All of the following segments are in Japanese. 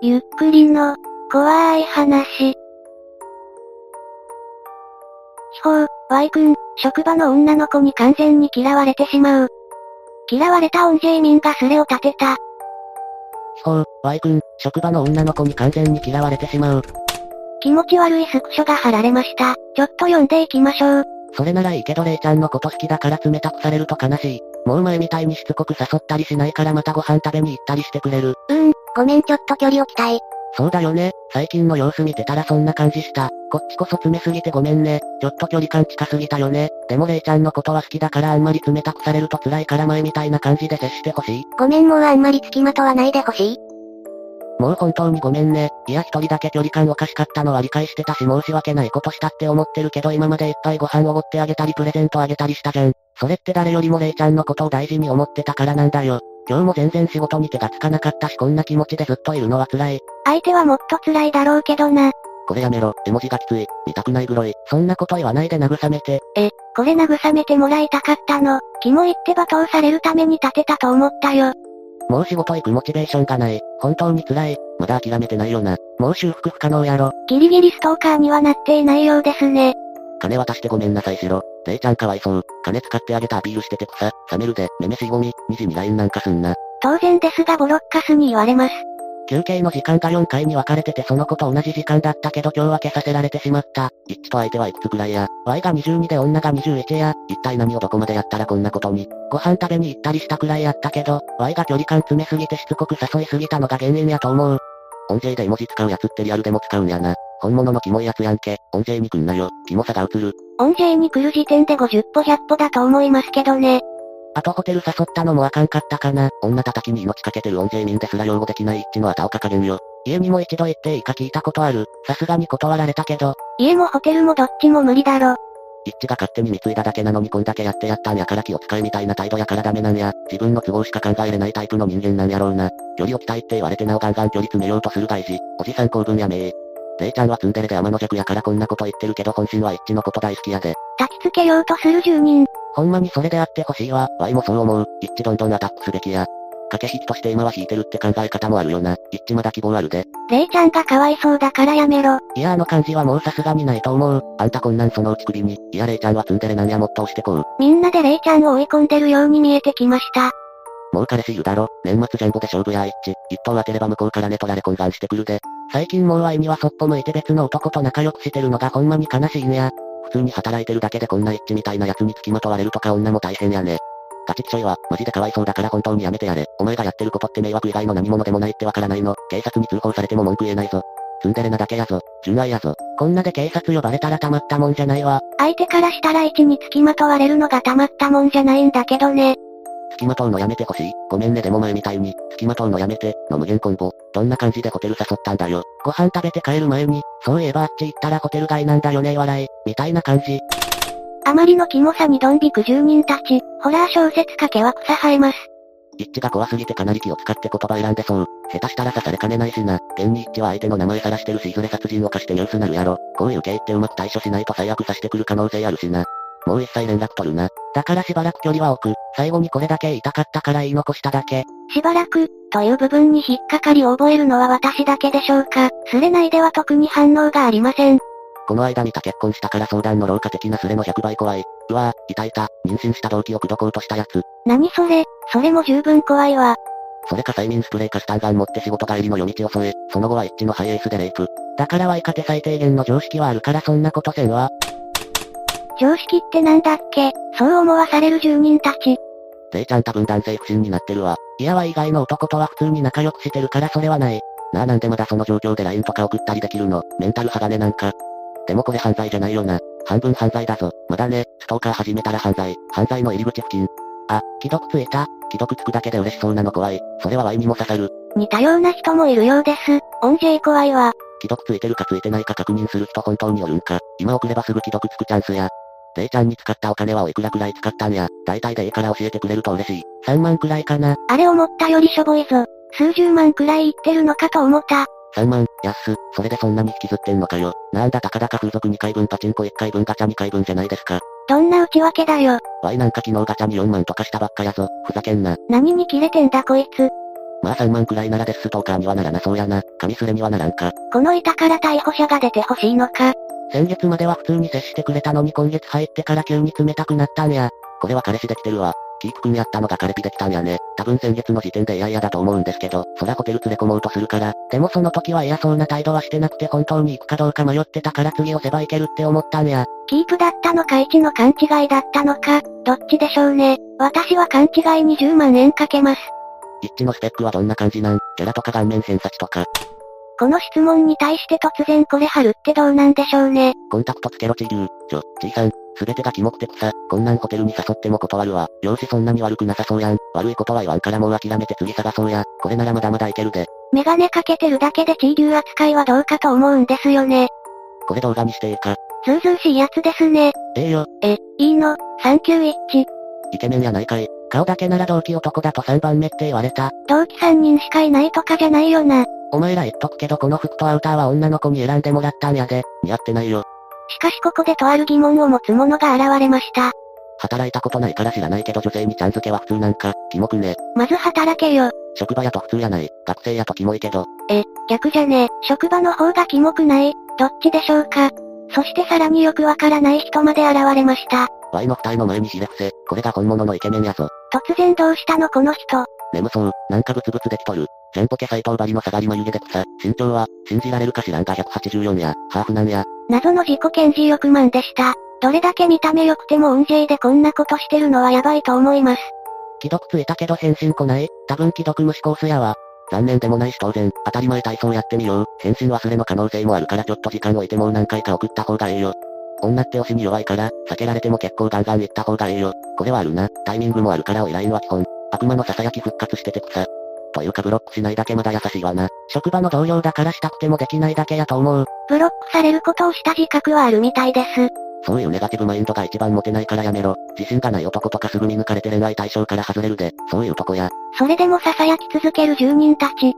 ゆっくりの、怖い話。秘宝、Y 君、職場の女の子に完全に嫌われてしまう。嫌われたオンジェイミンがスレを立てた。秘宝、Y 君、職場の女の子に完全に嫌われてしまう。気持ち悪いスクショが貼られました。ちょっと読んでいきましょう。それならいいけどレイちゃんのこと好きだから冷たくされると悲しい。もう前みたいにしつこく誘ったりしないからまたご飯食べに行ったりしてくれる。うん、ごめんちょっと距離を期待。そうだよね。最近の様子見てたらそんな感じした。こっちこそ詰めすぎてごめんね。ちょっと距離感近すぎたよね。でもレイちゃんのことは好きだからあんまり冷たくされると辛いから前みたいな感じで接してほしい。ごめんもうあんまり付きまとわないでほしい。もう本当にごめんね。いや一人だけ距離感おかしかったのは理解してたし申し訳ないことしたって思ってるけど今までいっぱいご飯おごってあげたりプレゼントあげたりしたじゃん。それって誰よりもレイちゃんのことを大事に思ってたからなんだよ。今日も全然仕事に手がつかなかったしこんな気持ちでずっといるのは辛い。相手はもっと辛いだろうけどな。これやめろ、絵文字がきつい。見たくないグロい。そんなこと言わないで慰めて。これ慰めてもらいたかったの。キモいって罵倒されるために立てたと思ったよ。もう仕事行くモチベーションがない。本当に辛い。まだ諦めてないよな。もう修復不可能やろ。ギリギリストーカーにはなっていないようですね。金渡してごめんなさいしろ。レイちゃんかわいそう。金使ってあげたアピールしてて草。冷めるで、めめしいゴミ。2時に LINE なんかすんな。当然ですがボロッカスに言われます。休憩の時間が4回に分かれててその子と同じ時間だったけど今日は消させられてしまった。一致と相手はいくつくらいや。Y が22で女が21や。一体何をどこまでやったらこんなことに。ご飯食べに行ったりしたくらいやったけど、Y が距離感詰めすぎてしつこく誘いすぎたのが原因やと思う。音声で絵文字使うやつってリアルでも使うんやな。本物のキモいやつやんけ。音声に来んなよ。キモさが映る。オンジェイに来る時点で50歩100歩だと思いますけどね。あとホテル誘ったのもあかんかったかな。女叩きに命かけてる音声民ですら擁護できない一致のあたおか加減よ。家にも一度行っていいか聞いたことある。さすがに断られたけど、家もホテルもどっちも無理だろ。一致が勝手に貢いだだけなのにこんだけやってやったんやから気を使いみたいな態度やからダメなんや。自分の都合しか考えれないタイプの人間なんやろうな。距離を期待って言われてなおガンガン距離詰めようとする外事。おじさん構文やめえ。レイちゃんはツンデレで天の弱やからこんなこと言ってるけど本心は一致のこと大好きやで。焚き付けようとする住人。ほんまにそれであってほしいわ。ワイもそう思う。一致どんどんアタックすべきや。駆け引きとして今は引いてるって考え方もあるよな。一致まだ希望あるで。レイちゃんがかわいそうだからやめろ。いやあの感じはもうさすがにないと思う。あんたこんなんそのうち首に。いやレイちゃんはツンデレなんやもっと押してこう。みんなでレイちゃんを追い込んでるように見えてきました。もう彼氏いるだろ。年末ジャンボで勝負や一致。一等当てれば向こうから寝取られ懇願してくるで。最近もう愛にはそっぽ向いて別の男と仲良くしてるのがほんまに悲しいんや。普通に働いてるだけでこんな一致みたいな奴に付きまとわれるとか女も大変やね。ガチキショイは、マジでかわいそうだから本当にやめてやれ。お前がやってることって迷惑以外の何者でもないってわからないの。警察に通報されても文句言えないぞ。ツンデレなだけやぞ。純愛やぞ。こんなで警察呼ばれたらたまったもんじゃないわ。相手からしたら位置につきまとわれるのがたまったもんじゃないんだけどね。付きまとうのやめてほしい。ごめんねでも前みたいに、付きまとうのやめて、の無限コンボ。どんな感じでホテル誘ったんだよ。ご飯食べて帰る前に、そういえばあっち行ったらホテル街なんだよね笑い、みたいな感じ。あまりのキモさにドン引く住人たち、ホラー小説家けは草生えます。一致が怖すぎてかなり気を使って言葉選んでそう。下手したら刺されかねないしな。現に一致は相手の名前晒してるしいずれ殺人を犯してニュースなるやろ。こういう系ってうまく対処しないと最悪刺してくる可能性あるしな。もう一切連絡取るな。だからしばらく距離は置く。最後にこれだけ言いたかったから言い残しただけ。しばらく、という部分に引っかかりを覚えるのは私だけでしょうか。すれないでは特に反応がありません。この間見た結婚したから相談の老化的なスレの100倍怖い。うわぁ、いたいた、妊娠した動機を口説こうとしたやつ。何それ、それも十分怖いわ。それか催眠スプレーかスタンガン持って仕事帰りの夜道を添え、その後は一致のハイエースでレイプ。だからはイカて最低限の常識はあるからそんなことせんわ。常識ってなんだっけそう思わされる住人たち。レイちゃん多分男性不信になってるわ。いやは以外の男とは普通に仲良くしてるからそれはない。なあなんでまだその状況で LINE とか送ったりできるのメンタル鋼なんか。でもこれ犯罪じゃないよな。半分犯罪だぞ。まだね、ストーカー始めたら犯罪。犯罪の入り口付近。あ、既読ついた。既読つくだけで嬉しそうなの怖い。それはワイにも刺さる。似たような人もいるようです。オンジェイ怖いわ。既読ついてるかついてないか確認する人本当におるんか。今送ればすぐ既読つくチャンスや。レイちゃんに使ったお金はおいくらくらい使ったんや。大体でいいから教えてくれると嬉しい。3万くらいかな。あれ思ったよりしょぼいぞ。数十万くらい言ってるのかと思った。 3万、安っ、それでそんなに引きずってんのかよ。なんだたかだか風俗2回分パチンコ1回分ガチャ2回分じゃないですか。どんな内訳だよ。ワイなんか昨日ガチャに4万とかしたばっかやぞ。ふざけんな。何にキレてんだこいつ。まあ3万くらいならデスストーカーにはならなそうやな。紙すれにはならんか。この板から逮捕者が出てほしいのか。先月までは普通に接してくれたのに今月入ってから急に冷たくなったんや。これは彼氏できてるわ。キープくんやったのが彼ピできたんやね。多分先月の時点で嫌々だと思うんですけど、そらホテル連れ込もうとするから。でもその時は嫌そうな態度はしてなくて本当に行くかどうか迷ってたから次押せばいけるって思ったんや。キープだったのか一の勘違いだったのか、どっちでしょうね。私は勘違いに10万円かけます。一致のスペックはどんな感じなんキャラとか顔面偏差値とか、この質問に対して突然これ貼るってどうなんでしょうね。コンタクトつけろちぎゅう、ちょ、じいさん、すべてがキモくて草、こんなんホテルに誘っても断るわ。容姿そんなに悪くなさそうやん。悪いことは言わんからもう諦めて次探そうや。これならまだまだいけるで。メガネかけてるだけで地流扱いはどうかと思うんですよね。これ動画にしていいか。ずうずうしいやつですね。ええよ、え、いいの、391。イケメンやないかい。顔だけなら同期男だと3番目って言われた。同期3人しかいないとかじゃないよな。お前ら言っとくけどこの服とアウターは女の子に選んでもらったんやで。似合ってないよ。しかしここでとある疑問を持つ者が現れました。働いたことないから知らないけど女性にちゃんづけは普通なんか、キモくね。まず働けよ。職場やと普通やない。学生やとキモいけど、逆じゃねえ。職場の方がキモくない。どっちでしょうか。そしてさらによくわからない人まで現れました。 Y の二重の前にひれ伏せ。これが本物のイケメンやぞ。突然どうしたのこの人。眠そう、なんかブツブツできとる。ジャンポケ斎藤張りの下がり眉毛で草。身長は、信じられるか知らんが184や、ハーフなんや。謎の自己顕示欲マンでした。どれだけ見た目良くても運勢でこんなことしてるのはやばいと思います。既読ついたけど返信来ない多分既読無視コースやわ。残念でもないし当然、当たり前体操やってみよう。返信忘れの可能性もあるからちょっと時間置いてもう何回か送った方がええよ。女って推しに弱いから、避けられても結構ガンガン行った方がええよ。これはあるな。タイミングもあるからお依頼は基本。悪魔の囁き復活してて草。というかブロックしないだけまだ優しいわな。職場の同僚だからしたくてもできないだけやと思う。ブロックされることをした自覚はあるみたいです。そういうネガティブマインドが一番モテないからやめろ。自信がない男とかすぐ見抜かれて恋愛対象から外れるで、そういうとこや。それでも囁き続ける住人たち。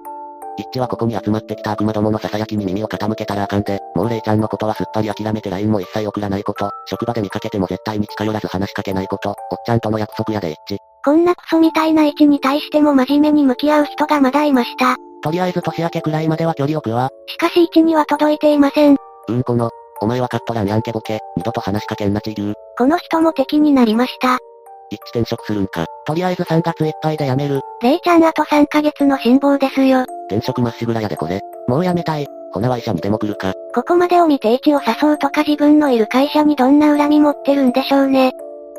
一致はここに集まってきた悪魔どもの囁きに耳を傾けたらあかんで、もうレイちゃんのことはすっぱり諦めて LINE も一切送らないこと、職場で見かけても絶対に近寄らず話しかけないこと、おっちゃんとの約束やで一致。こんなクソみたいな位置に対しても真面目に向き合う人がまだいました。とりあえず年明けくらいまでは距離置くわ。しかし位置には届いていません。うんこの、お前はカットランやんけボケ、二度と話しかけんなちぎゅう。この人も敵になりました。一致転職するんか。とりあえず3月いっぱいで辞める。レイちゃんあと3ヶ月の辛抱ですよ。転職まっしぐらやでこれ。もう辞めたい。ほなは医者にでも来るか。ここまでを見て位置を誘うとか自分のいる会社にどんな恨み持ってるんでしょうね。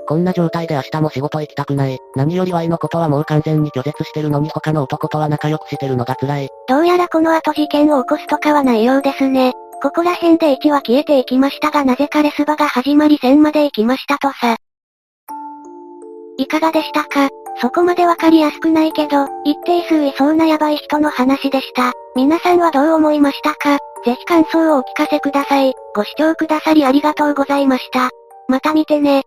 こんな状態で明日も仕事行きたくない。何より Y のことはもう完全に拒絶してるのに他の男とは仲良くしてるのが辛い。どうやらこの後事件を起こすとかはないようですね。ここら辺で位置は消えていきましたがなぜかレスバが始まり線まで行きましたとさ。いかがでしたかそこまでわかりやすくないけど、一定数いそうなヤバい人の話でした。皆さんはどう思いましたかぜひ感想をお聞かせください。ご視聴くださりありがとうございました。また見てね。